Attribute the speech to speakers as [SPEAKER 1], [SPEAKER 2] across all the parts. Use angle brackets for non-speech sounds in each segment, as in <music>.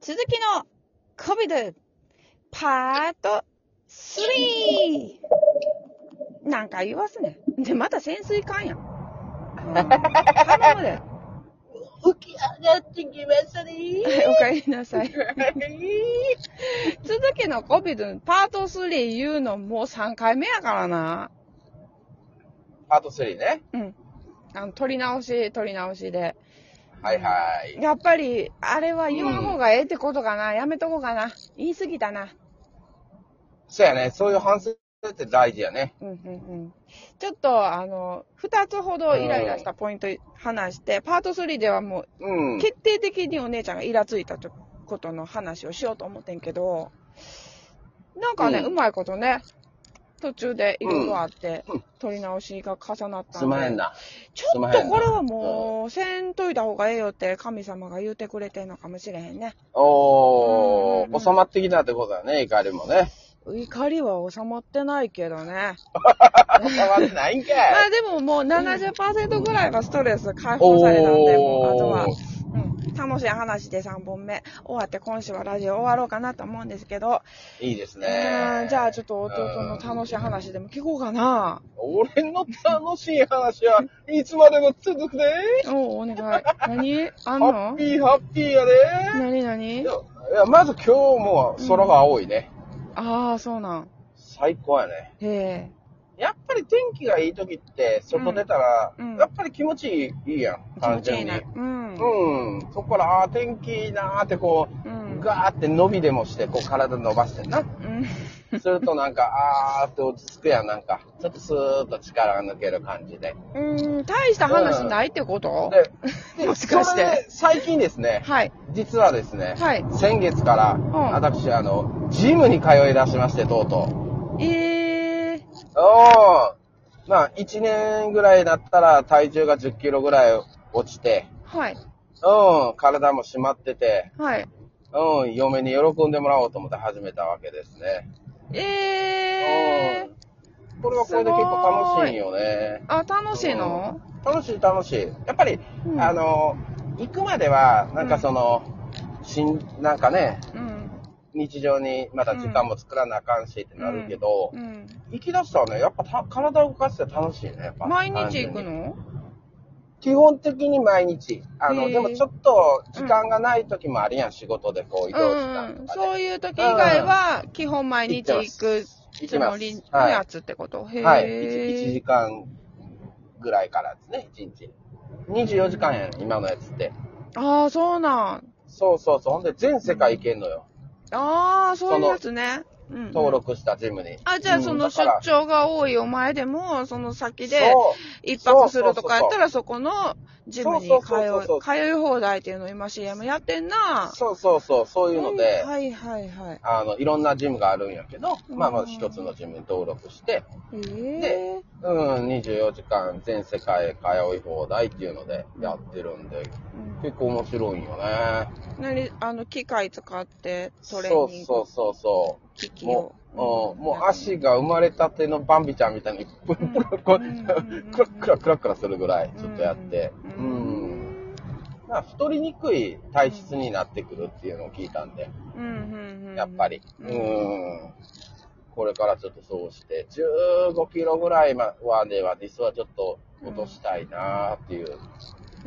[SPEAKER 1] 続きの COVID パート 3! なんか言わすね。で、また潜水艦やん。頼むで。
[SPEAKER 2] 浮き上がってきましたね。
[SPEAKER 1] はい、おかえりなさい。
[SPEAKER 2] は
[SPEAKER 1] 続きの COVID パート3言うのもう3回目やからな。
[SPEAKER 2] パート3ね。
[SPEAKER 1] うん。あの、撮り直し、撮り直しで。
[SPEAKER 2] はいはい。
[SPEAKER 1] やっぱり、あれは言わん方がええってことかな。やめとこうかな。言い過ぎたな。
[SPEAKER 2] そうやね。そういう反省って大事やね。
[SPEAKER 1] うんうんうんちょっと、あの、二つほどイライラしたポイント話して、パート3ではも
[SPEAKER 2] う
[SPEAKER 1] う、
[SPEAKER 2] ん。
[SPEAKER 1] 決定的にお姉ちゃんがイラついたとことの話をしようと思ってんけど、なんかね、
[SPEAKER 2] う
[SPEAKER 1] うんまいことね、途中でいろいろあって
[SPEAKER 2] うんうん、
[SPEAKER 1] 取り直しが重なった
[SPEAKER 2] すまへん
[SPEAKER 1] で、
[SPEAKER 2] な。
[SPEAKER 1] ちょっとこれはもう、せんといた方がええよって神様が言うてくれてんのかもしれへんね。
[SPEAKER 2] お
[SPEAKER 1] うん
[SPEAKER 2] ー、収まってきたってことだね、怒り
[SPEAKER 1] <laughs>
[SPEAKER 2] もね。
[SPEAKER 1] 怒りは収まってないけどね。
[SPEAKER 2] 収まってないんか
[SPEAKER 1] まあ
[SPEAKER 2] い。
[SPEAKER 1] でももう70%ぐらいはストレス解放されたんで、もうあとは、うん、楽しい話で3本目終わって今週はラジオ終わろうかなと思うんですけど、
[SPEAKER 2] いいです
[SPEAKER 1] う
[SPEAKER 2] ね
[SPEAKER 1] ん。じゃあちょっと弟の楽しい話でも聞こうかな。
[SPEAKER 2] 俺の楽しい話はいつまでも続くで。
[SPEAKER 1] おうお願い。 <laughs> 何あん
[SPEAKER 2] ハッ
[SPEAKER 1] の
[SPEAKER 2] ピーハッピーやで。
[SPEAKER 1] 何
[SPEAKER 2] い
[SPEAKER 1] 何
[SPEAKER 2] や、いやまず今日も空が青いね。
[SPEAKER 1] ああ、そうなん。
[SPEAKER 2] 最高やね。
[SPEAKER 1] へえ。
[SPEAKER 2] やっぱり天気がいい時って、外出たら、
[SPEAKER 1] うんうん
[SPEAKER 2] やっぱり気持ちいいやん、
[SPEAKER 1] 気持
[SPEAKER 2] 単
[SPEAKER 1] ちい
[SPEAKER 2] 純
[SPEAKER 1] い
[SPEAKER 2] に。
[SPEAKER 1] ね。うん。うん。
[SPEAKER 2] うん。そこから、ああー、天気いいなーってこ
[SPEAKER 1] う
[SPEAKER 2] う、
[SPEAKER 1] ん。
[SPEAKER 2] ガーって伸びでもして、こう体伸ばしてんな。するとなんか、あーって落ち着くやん、なんか。ちょっとスーッと力が抜ける感じで。
[SPEAKER 1] うん、大した話ないってこと
[SPEAKER 2] で、
[SPEAKER 1] <laughs> もしかして
[SPEAKER 2] それで最近ですね、
[SPEAKER 1] はい。
[SPEAKER 2] 実はですね、
[SPEAKER 1] はい
[SPEAKER 2] 先月から、
[SPEAKER 1] ん
[SPEAKER 2] 私、あの、ジムに通い出しまして、とうとう。
[SPEAKER 1] ええ
[SPEAKER 2] おーまあ、1年ぐらいだったら体重が10キロぐらい落ちて、
[SPEAKER 1] はい。
[SPEAKER 2] うん、体も締まってて、
[SPEAKER 1] はい。
[SPEAKER 2] うん、嫁に喜んでもらおうと思って始めたわけですね。
[SPEAKER 1] ええ
[SPEAKER 2] うんこれはこれで結構楽しいよね。
[SPEAKER 1] あ、楽しいの
[SPEAKER 2] 楽しい楽しい。やっぱり、
[SPEAKER 1] うん
[SPEAKER 2] あの、行くまでは、なんかその、しん、なんかね、
[SPEAKER 1] うん。
[SPEAKER 2] 日常にまだ時間も作らなあかんしってなるけど、
[SPEAKER 1] うん。
[SPEAKER 2] 行き出したらね、やっぱた体を動かして楽しいね。やっぱ
[SPEAKER 1] 毎日行く
[SPEAKER 2] 単純に
[SPEAKER 1] の
[SPEAKER 2] 基本的に毎日。あ
[SPEAKER 1] へ
[SPEAKER 2] の、
[SPEAKER 1] ー
[SPEAKER 2] でもちょっと時間がない時もあるやん、仕事でこう移動時間
[SPEAKER 1] うん。
[SPEAKER 2] とか
[SPEAKER 1] そういう時以外は、基本毎日行く
[SPEAKER 2] で。行
[SPEAKER 1] つ
[SPEAKER 2] き
[SPEAKER 1] も
[SPEAKER 2] ま
[SPEAKER 1] り
[SPEAKER 2] す。
[SPEAKER 1] のや
[SPEAKER 2] は
[SPEAKER 1] つってこと、
[SPEAKER 2] い。
[SPEAKER 1] へ
[SPEAKER 2] はい。1時
[SPEAKER 1] え。
[SPEAKER 2] 間ぐらいからですね、1日。24時間やん、今のやつって。
[SPEAKER 1] ああ、そうなん。
[SPEAKER 2] そうそうそう。ほんで全世界行けんのよ。
[SPEAKER 1] ああ、そういうやつね。うんうん
[SPEAKER 2] 登録したジムに。
[SPEAKER 1] あ、じゃ
[SPEAKER 2] う
[SPEAKER 1] あ
[SPEAKER 2] ん
[SPEAKER 1] その
[SPEAKER 2] だか
[SPEAKER 1] 出
[SPEAKER 2] ら
[SPEAKER 1] 張が多いお前でも、その先で
[SPEAKER 2] そう
[SPEAKER 1] 一泊するとかやった
[SPEAKER 2] そう
[SPEAKER 1] ら、そこのジムに
[SPEAKER 2] そう
[SPEAKER 1] 通
[SPEAKER 2] そうそうそう
[SPEAKER 1] う、通い放題っていうのを今 CM やってんな。
[SPEAKER 2] そうそうそう、そういうので、
[SPEAKER 1] はいはいはい。
[SPEAKER 2] あの、いろんなジムがあるんやけど、まあま
[SPEAKER 1] う
[SPEAKER 2] あ
[SPEAKER 1] ん
[SPEAKER 2] 一つのジムに登録して、
[SPEAKER 1] ええ。
[SPEAKER 2] うん、24時間全世界通い放題っていうのでやってるんで、
[SPEAKER 1] うん
[SPEAKER 2] 結構面白いんよね。
[SPEAKER 1] 何あの機械使ってトレ
[SPEAKER 2] そ
[SPEAKER 1] ー
[SPEAKER 2] う
[SPEAKER 1] ニング
[SPEAKER 2] そうそうそ
[SPEAKER 1] 機器
[SPEAKER 2] う。
[SPEAKER 1] を
[SPEAKER 2] もう、うん、もう足が生まれたてのバンビちゃんみたいに、プルプル、こ
[SPEAKER 1] う
[SPEAKER 2] う、
[SPEAKER 1] ん
[SPEAKER 2] クラックラクラクラするぐらい、ちょっとやって。
[SPEAKER 1] う
[SPEAKER 2] うんん。まあ、太りにくい体質になってくるっていうのを聞いたんで、
[SPEAKER 1] うんうんうん
[SPEAKER 2] やっぱり。
[SPEAKER 1] う
[SPEAKER 2] うんん。これからちょっとそうして、15キロぐらいまではね、実はちょっと落としたいなっていう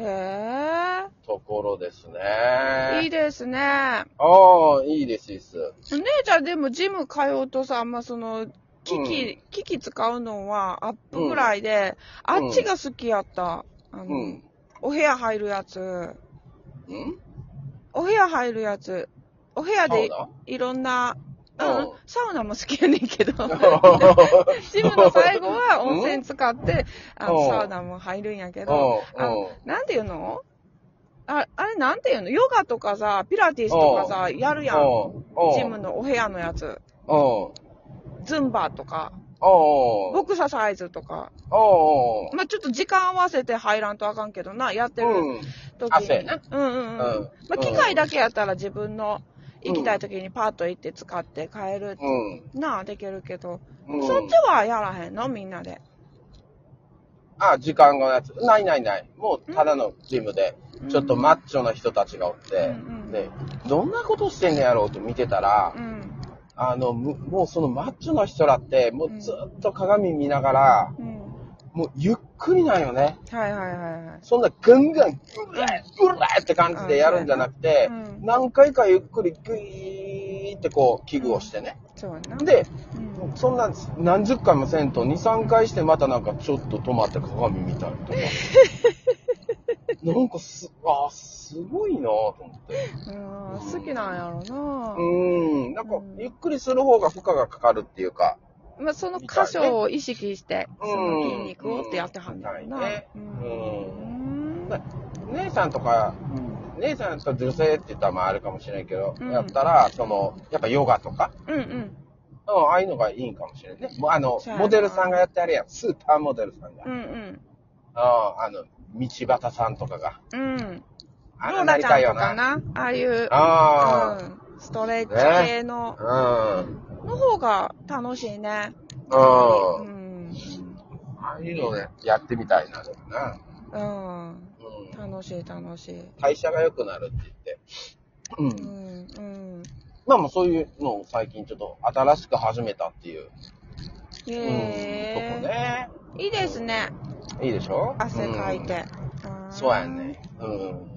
[SPEAKER 1] へ
[SPEAKER 2] ところですね。
[SPEAKER 1] えいいですね
[SPEAKER 2] ああ、いいです、いいです。
[SPEAKER 1] お姉ちゃんでもジム通うとさまあその機器、機器使うのはアップぐらいで、
[SPEAKER 2] うん
[SPEAKER 1] あっちが好きやったあの、
[SPEAKER 2] うん。
[SPEAKER 1] お部屋入るやつ
[SPEAKER 2] うん
[SPEAKER 1] お部屋入るやつお部屋
[SPEAKER 2] そう
[SPEAKER 1] で <laughs>
[SPEAKER 2] だ。
[SPEAKER 1] いろんなう
[SPEAKER 2] うん
[SPEAKER 1] ん、サウナも好きやねんけ
[SPEAKER 2] <laughs>
[SPEAKER 1] ど。
[SPEAKER 2] う
[SPEAKER 1] ジムの最後は温泉使って、あ
[SPEAKER 2] う
[SPEAKER 1] の、
[SPEAKER 2] ん
[SPEAKER 1] サウナも入るんやけど、あ
[SPEAKER 2] ん。うん。
[SPEAKER 1] なんていうのああれなんていうのヨガとかさ、ピラティスとかさ、やるやん。
[SPEAKER 2] うん。
[SPEAKER 1] ジムのお部屋のやつ。
[SPEAKER 2] うん。うん。
[SPEAKER 1] ズンバとか、
[SPEAKER 2] うん。
[SPEAKER 1] ボクササイズとか。
[SPEAKER 2] うん。
[SPEAKER 1] まあ、ちょっと時間合わせて入らんとあかんけどな、やって
[SPEAKER 2] う
[SPEAKER 1] る
[SPEAKER 2] ん。
[SPEAKER 1] 時
[SPEAKER 2] あ、
[SPEAKER 1] に。
[SPEAKER 2] そうやな。
[SPEAKER 1] うんうんう。
[SPEAKER 2] うんん。
[SPEAKER 1] まあ、機械だけやったら自分の行きたい時にパッと行って使って帰る。
[SPEAKER 2] うん。
[SPEAKER 1] なあ、できるけど、
[SPEAKER 2] うん。
[SPEAKER 1] そっちはやらへんのみんなで。
[SPEAKER 2] あ、時間がのやつ。ないないない。もう、ただのジムで、ちょっとマッチョな人たちがおっ
[SPEAKER 1] うんう
[SPEAKER 2] て、
[SPEAKER 1] ん
[SPEAKER 2] で、どんなことしてんのやろうと見てたら、
[SPEAKER 1] うん。
[SPEAKER 2] あの、むもうそのマッチョの人らって、もうずっと鏡見ながら、
[SPEAKER 1] うん。
[SPEAKER 2] もうゆっくりなんよね。
[SPEAKER 1] はいはいはいはい。
[SPEAKER 2] そんなぐんぐん、ぐらーぐらーって感じでやるんじゃなくて
[SPEAKER 1] うんうん、
[SPEAKER 2] 何回かゆっくりぐいーってこう、器具をしてね。
[SPEAKER 1] そうやな。
[SPEAKER 2] で、
[SPEAKER 1] うん、
[SPEAKER 2] そんな何十回もせんと、2、3回してまたなんかちょっと止まって鏡見たり
[SPEAKER 1] <laughs>
[SPEAKER 2] とか。なんかす、あーすごいなぁと思って。
[SPEAKER 1] うん好きなんやろな、
[SPEAKER 2] うーん、なんかゆっくりする方が負荷がかかるっていうか。
[SPEAKER 1] まあ、その箇所を意識して、
[SPEAKER 2] うん
[SPEAKER 1] その筋肉をってやってはんだろうな。
[SPEAKER 2] ね
[SPEAKER 1] う。
[SPEAKER 2] うん。
[SPEAKER 1] うんん。
[SPEAKER 2] 姉さんとか、姉さんと女性って言ったらまああるかもしれないけど、
[SPEAKER 1] うん
[SPEAKER 2] やったら、その、やっぱヨガとか、
[SPEAKER 1] うんうん。
[SPEAKER 2] うん、ああいうのがいいんかもしれないね。もうあの
[SPEAKER 1] そうや、な
[SPEAKER 2] モデルさんがやってあるやん。スーパーモデルさんが。
[SPEAKER 1] うんうん。
[SPEAKER 2] あああの、道端さんとかが。
[SPEAKER 1] うん。
[SPEAKER 2] あ
[SPEAKER 1] ロ
[SPEAKER 2] あ、
[SPEAKER 1] ーラ
[SPEAKER 2] な
[SPEAKER 1] ち
[SPEAKER 2] り
[SPEAKER 1] ゃ
[SPEAKER 2] た
[SPEAKER 1] ん
[SPEAKER 2] い
[SPEAKER 1] と
[SPEAKER 2] よ
[SPEAKER 1] か
[SPEAKER 2] な。
[SPEAKER 1] な、ああいう、
[SPEAKER 2] あ
[SPEAKER 1] うん、ストレッチ系の、
[SPEAKER 2] あ、うん。
[SPEAKER 1] の方が楽しいね。
[SPEAKER 2] う。
[SPEAKER 1] うんん。
[SPEAKER 2] ああいうのね、やってみたいな、でもな。
[SPEAKER 1] うん。
[SPEAKER 2] うん。
[SPEAKER 1] 楽しい楽しい。
[SPEAKER 2] 代謝が良くなるって言って。
[SPEAKER 1] う
[SPEAKER 2] うん。
[SPEAKER 1] ん。うん。
[SPEAKER 2] まあもうそういうのを最近ちょっと新しく始めたっていう、
[SPEAKER 1] へ
[SPEAKER 2] うん、
[SPEAKER 1] え
[SPEAKER 2] とこね。
[SPEAKER 1] いいですね。
[SPEAKER 2] いいでしょ
[SPEAKER 1] 汗かい。て。
[SPEAKER 2] うん
[SPEAKER 1] ん
[SPEAKER 2] そうやんね。。うん。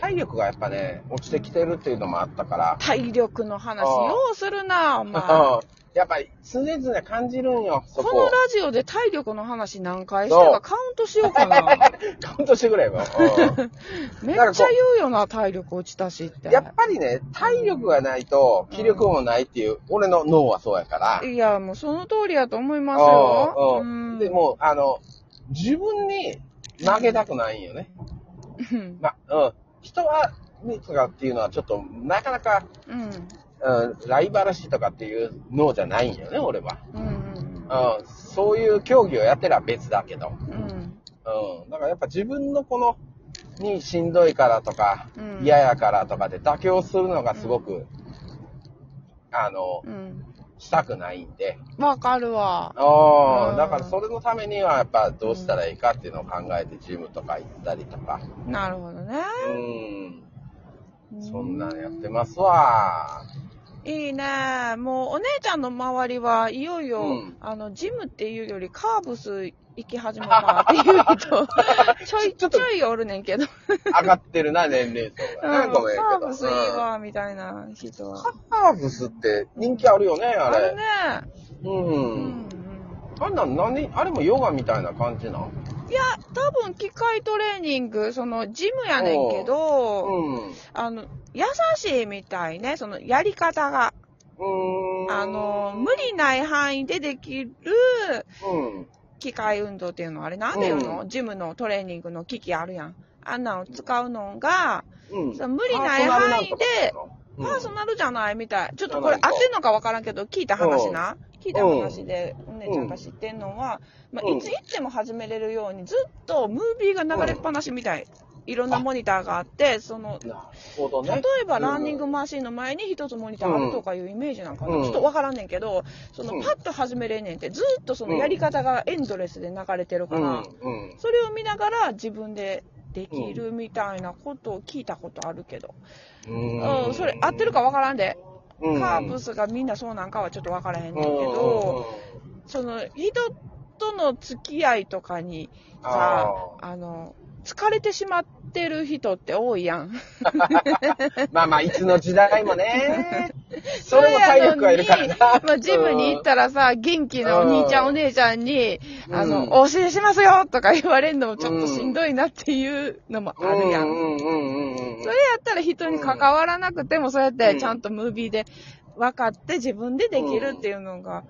[SPEAKER 2] 体力がやっぱね、落ちてきてるっていうのもあったから、
[SPEAKER 1] 体力の話、
[SPEAKER 2] ああ
[SPEAKER 1] ようするな、お前。こ
[SPEAKER 2] うん <laughs> やっぱり常々感じるんよ、そ
[SPEAKER 1] の
[SPEAKER 2] こ
[SPEAKER 1] ラ。ジオで体力の話何回したかカウントしようか
[SPEAKER 2] <laughs>
[SPEAKER 1] な。
[SPEAKER 2] カウントしてくれよ。うん
[SPEAKER 1] めっちゃ言うよな、体力落ちたし <laughs> って。
[SPEAKER 2] やっぱりね、体力がないと気力もないっていう、俺の脳はそうやから。
[SPEAKER 1] いや、もうその通りやと思いますよ。
[SPEAKER 2] う
[SPEAKER 1] うん
[SPEAKER 2] うん
[SPEAKER 1] ん
[SPEAKER 2] で、もう、あの、自分に投げたくないんよね。
[SPEAKER 1] うん。
[SPEAKER 2] ま、うん。人は、にとかっていうのはちょっと、なかなか、
[SPEAKER 1] うん。
[SPEAKER 2] うん、ライバル視とかっていう脳じゃないんよね、俺は。
[SPEAKER 1] うん。
[SPEAKER 2] うん、そういう競技をやってら別だけど。
[SPEAKER 1] うん。
[SPEAKER 2] うん。だからやっぱ自分のこの、にしんどいからとか
[SPEAKER 1] うん、
[SPEAKER 2] 嫌やからとかで妥協するのがすごく、あの、
[SPEAKER 1] うん。
[SPEAKER 2] したくないんで。
[SPEAKER 1] わかるわ。
[SPEAKER 2] あ
[SPEAKER 1] うん
[SPEAKER 2] あ、だからそれのためにはやっぱどうしたらいいかっていうのを考えてジムとか行ったりとか。
[SPEAKER 1] なるほどね。
[SPEAKER 2] うん。そんなのやってますわ。
[SPEAKER 1] いいね。もうお姉ちゃんの周りはいよいよ、
[SPEAKER 2] うん
[SPEAKER 1] あの、ジムっていうよりカーブス行き始めたっていう
[SPEAKER 2] <laughs>
[SPEAKER 1] 人、ちょいちょいおるねんけど。
[SPEAKER 2] 上がってるな、年齢層
[SPEAKER 1] う
[SPEAKER 2] が。な
[SPEAKER 1] んん
[SPEAKER 2] かもええ
[SPEAKER 1] カ
[SPEAKER 2] け
[SPEAKER 1] ー
[SPEAKER 2] ど。
[SPEAKER 1] ブスいいわ、みたいな人は。
[SPEAKER 2] うんカーブスって人気あるよね、あ
[SPEAKER 1] ある
[SPEAKER 2] れ
[SPEAKER 1] ね。。
[SPEAKER 2] う。
[SPEAKER 1] うんん
[SPEAKER 2] あんなん何あれもヨガみたいな感じなん
[SPEAKER 1] うんいや、多分機械トレーニング、その、ジムやねんけど、
[SPEAKER 2] うん。
[SPEAKER 1] あの、優しいみたいね、その、やり方が。
[SPEAKER 2] うーん。
[SPEAKER 1] あの、無理ない範囲でできる
[SPEAKER 2] うん。
[SPEAKER 1] 機械運動っていうのはあれなんで言うの、
[SPEAKER 2] う
[SPEAKER 1] ジムのトレーニングの機器あるやん。あんなんを使うのが、
[SPEAKER 2] うん。
[SPEAKER 1] そう無理ない範囲で
[SPEAKER 2] パ
[SPEAKER 1] パー
[SPEAKER 2] ーソ
[SPEAKER 1] ソナ
[SPEAKER 2] ナルとか
[SPEAKER 1] ルじゃないみたい。ちょっとこれ合ってんのかわからんけど、聞いた話な。聞いた話で、お姉ちゃんが知ってんのは、まあ、
[SPEAKER 2] うん
[SPEAKER 1] いつ行っても始めれるように、ずっとムービーが流れっぱなしみたい。いろんなモニターがあって、その、
[SPEAKER 2] なのなるほど
[SPEAKER 1] 例
[SPEAKER 2] ね。
[SPEAKER 1] えばランニングマシンの前に一つモニターあるとかいうイメージなんかな、
[SPEAKER 2] うん
[SPEAKER 1] ちょっとわからんねんけど、その
[SPEAKER 2] うん
[SPEAKER 1] パッと始めれんねんって、ずっとそのやり方がエンドレスで流れてるか
[SPEAKER 2] う
[SPEAKER 1] ら、
[SPEAKER 2] ん。うん。
[SPEAKER 1] それを見ながら自分でできるみたいなことを聞いたことあるけど、うん、それ合ってるかわからんで、
[SPEAKER 2] うん
[SPEAKER 1] カーブスがみんなそうなんかはちょっとわからへんねんけど、、その人との付き合いとかにさ、あの、疲れてしまってる人って多いやん。
[SPEAKER 2] うんまあまあ、いつの時代もね。それも体力がいるからな。
[SPEAKER 1] まあ、ジムに行ったらさ、元気なお兄ちゃん、
[SPEAKER 2] うん
[SPEAKER 1] お姉ちゃんに、あ
[SPEAKER 2] うん
[SPEAKER 1] の、お教えしますよとか言われるのもちょっとしんどいなっていうのもあるや。
[SPEAKER 2] うんんうんうんうんうん。
[SPEAKER 1] それやったら人に関わらなくても、そうやってちゃんとムービーで分かって自分でできるっていうのが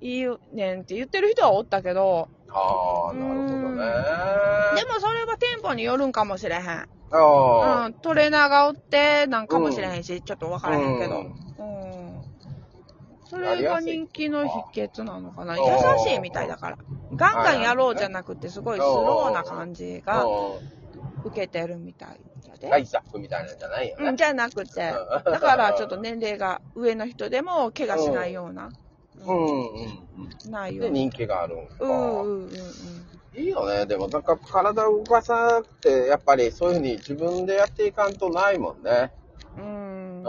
[SPEAKER 1] いいねんって言ってる人はおったけど、
[SPEAKER 2] ああ、なるほどね。
[SPEAKER 1] でもそれは店舗によるんかもしれへん。
[SPEAKER 2] あ
[SPEAKER 1] う
[SPEAKER 2] あ。
[SPEAKER 1] ん、トレーナーがおってなんかもしれへんし、ちょっと分からへんけど。うん。それが人気の秘訣なのかな。
[SPEAKER 2] あ
[SPEAKER 1] 優
[SPEAKER 2] ー
[SPEAKER 1] しいみたいだから。ガンガンやろうじゃなくて、すごいスローな感じが
[SPEAKER 2] う
[SPEAKER 1] 受けてるみたいや
[SPEAKER 2] ん。
[SPEAKER 1] で。
[SPEAKER 2] ライザップみたいなんじゃないよ
[SPEAKER 1] うん、
[SPEAKER 2] ね。
[SPEAKER 1] じゃなくて。
[SPEAKER 2] うん
[SPEAKER 1] だから、ちょっと年齢が上の人でも怪我しないような。
[SPEAKER 2] うんうん
[SPEAKER 1] うん。な
[SPEAKER 2] う
[SPEAKER 1] い
[SPEAKER 2] ん。
[SPEAKER 1] よ
[SPEAKER 2] で、
[SPEAKER 1] うな。
[SPEAKER 2] 人気があるんか。
[SPEAKER 1] うんうんうんうん。
[SPEAKER 2] いいよね。でも、なんか体を動かさなくて、やっぱりそういうふうに自分でやっていかんとないもんね。
[SPEAKER 1] ううん。
[SPEAKER 2] うん。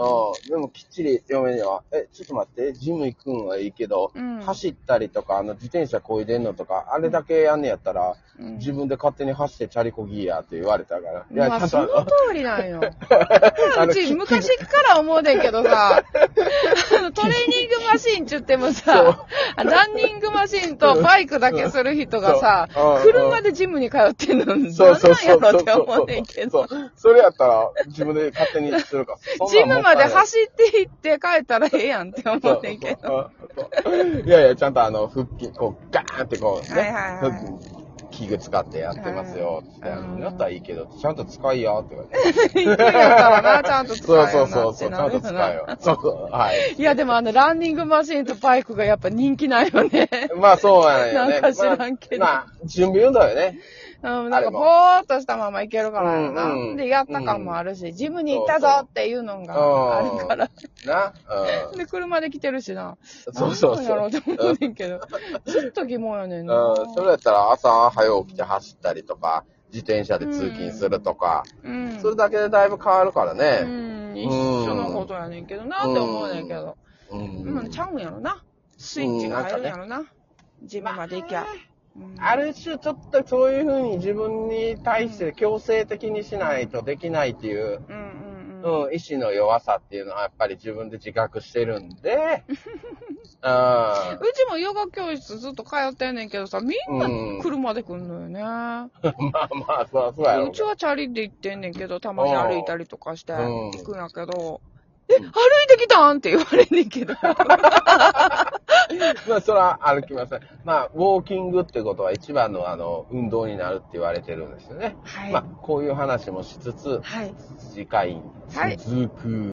[SPEAKER 2] でもきっちり嫁には、え、ちょっと待って、ジム行くんはいいけど、
[SPEAKER 1] うん
[SPEAKER 2] 走ったりとか、あの、自転車こいでんのとか、あれだけやんねやったら、
[SPEAKER 1] うん
[SPEAKER 2] 自分で勝手に走ってチャリこぎやって言われたから。いや、
[SPEAKER 1] まあ、
[SPEAKER 2] ち
[SPEAKER 1] そ
[SPEAKER 2] ゃん
[SPEAKER 1] の
[SPEAKER 2] と
[SPEAKER 1] 通りなん
[SPEAKER 2] <laughs>
[SPEAKER 1] よ。
[SPEAKER 2] あの、
[SPEAKER 1] うち、昔から思うねんけどさ、あのトレーニングマシンって言ってもさ、あランニングマシンとバイクだけする人がさ
[SPEAKER 2] <laughs> そうう、ん
[SPEAKER 1] 車でジムに通ってんの、なんなん
[SPEAKER 2] そうそうそ
[SPEAKER 1] や
[SPEAKER 2] う。
[SPEAKER 1] ろって思うねんけ
[SPEAKER 2] そ
[SPEAKER 1] ど
[SPEAKER 2] う。。それやったら、自分で勝手にするか。
[SPEAKER 1] <laughs> ジムまで
[SPEAKER 2] っ
[SPEAKER 1] 走って行って帰ったらええやんって思うねんけど。
[SPEAKER 2] いやいや、ちゃんとあの、腹筋、こう、ガーンってこう、ね
[SPEAKER 1] はいはいはい
[SPEAKER 2] 腹筋、器具使ってやってますよ。つって、あ
[SPEAKER 1] う
[SPEAKER 2] の、
[SPEAKER 1] ん
[SPEAKER 2] なったらいいけど、ちゃんと使いや、って言われて。
[SPEAKER 1] 行くんやったらな、ちゃんと使え
[SPEAKER 2] そ
[SPEAKER 1] よ
[SPEAKER 2] う
[SPEAKER 1] な
[SPEAKER 2] そうそう、
[SPEAKER 1] っ
[SPEAKER 2] そ
[SPEAKER 1] て
[SPEAKER 2] うち
[SPEAKER 1] な
[SPEAKER 2] ゃん
[SPEAKER 1] る
[SPEAKER 2] と
[SPEAKER 1] よ
[SPEAKER 2] 使
[SPEAKER 1] な
[SPEAKER 2] えよ。そうそう、はい。
[SPEAKER 1] いや、でもあの、ランニングマシンとバイクがやっぱ人気ないよね。
[SPEAKER 2] まあそうなんよね。
[SPEAKER 1] なんか知らんけど
[SPEAKER 2] まあ、まあ準備運動よね。
[SPEAKER 1] うん、
[SPEAKER 2] あ
[SPEAKER 1] なん
[SPEAKER 2] れ
[SPEAKER 1] か
[SPEAKER 2] も
[SPEAKER 1] ぼーっとしたままいけるからやな。
[SPEAKER 2] うんうん
[SPEAKER 1] で、やった感もあるし、ジムに行ったぞっていうのがあるから。 <laughs>
[SPEAKER 2] な。うん。
[SPEAKER 1] で、車で来てるしな。
[SPEAKER 2] そうそう
[SPEAKER 1] なん
[SPEAKER 2] そ
[SPEAKER 1] やろう。
[SPEAKER 2] う
[SPEAKER 1] と思うねん
[SPEAKER 2] <laughs>
[SPEAKER 1] けど。ずっと疑問やねんな。
[SPEAKER 2] うん、それやったら朝早起きて走ったりとか、自転車で通勤するとか、
[SPEAKER 1] うん。
[SPEAKER 2] それだけでだいぶ変わるから
[SPEAKER 1] う
[SPEAKER 2] ね。
[SPEAKER 1] ん、一緒のことやねんけどなって思うねんけど。
[SPEAKER 2] うん。
[SPEAKER 1] うん、ちゃうんやろな。スイッチが入るんやろな。ジムまで行きゃ。うん
[SPEAKER 2] ある種ちょっとそういうふうに自分に対して強制的にしないとできないっていう、
[SPEAKER 1] うんうんうん。
[SPEAKER 2] うん、意志の弱さっていうのはやっぱり自分で自覚してるん
[SPEAKER 1] <laughs>
[SPEAKER 2] で、
[SPEAKER 1] う。
[SPEAKER 2] うん
[SPEAKER 1] ちもヨガ教室ずっと通ってんねんけどさ、みん
[SPEAKER 2] うん
[SPEAKER 1] な車で来んのよね。
[SPEAKER 2] まあまあ、そうそうやろ
[SPEAKER 1] うちはチャリで行ってんねんけど、たまに歩いたりとかして
[SPEAKER 2] うん
[SPEAKER 1] 行くんやけど、え、歩いてきたんって言われんねんけど。
[SPEAKER 2] まあ、 <laughs> それは歩きません。まあ、ウォーキングってことは一番のあの、運動になるって言われてるんですよね。
[SPEAKER 1] はい
[SPEAKER 2] まあ、こういう話もしつつ、
[SPEAKER 1] はい。
[SPEAKER 2] 次回、
[SPEAKER 1] はい
[SPEAKER 2] 続く。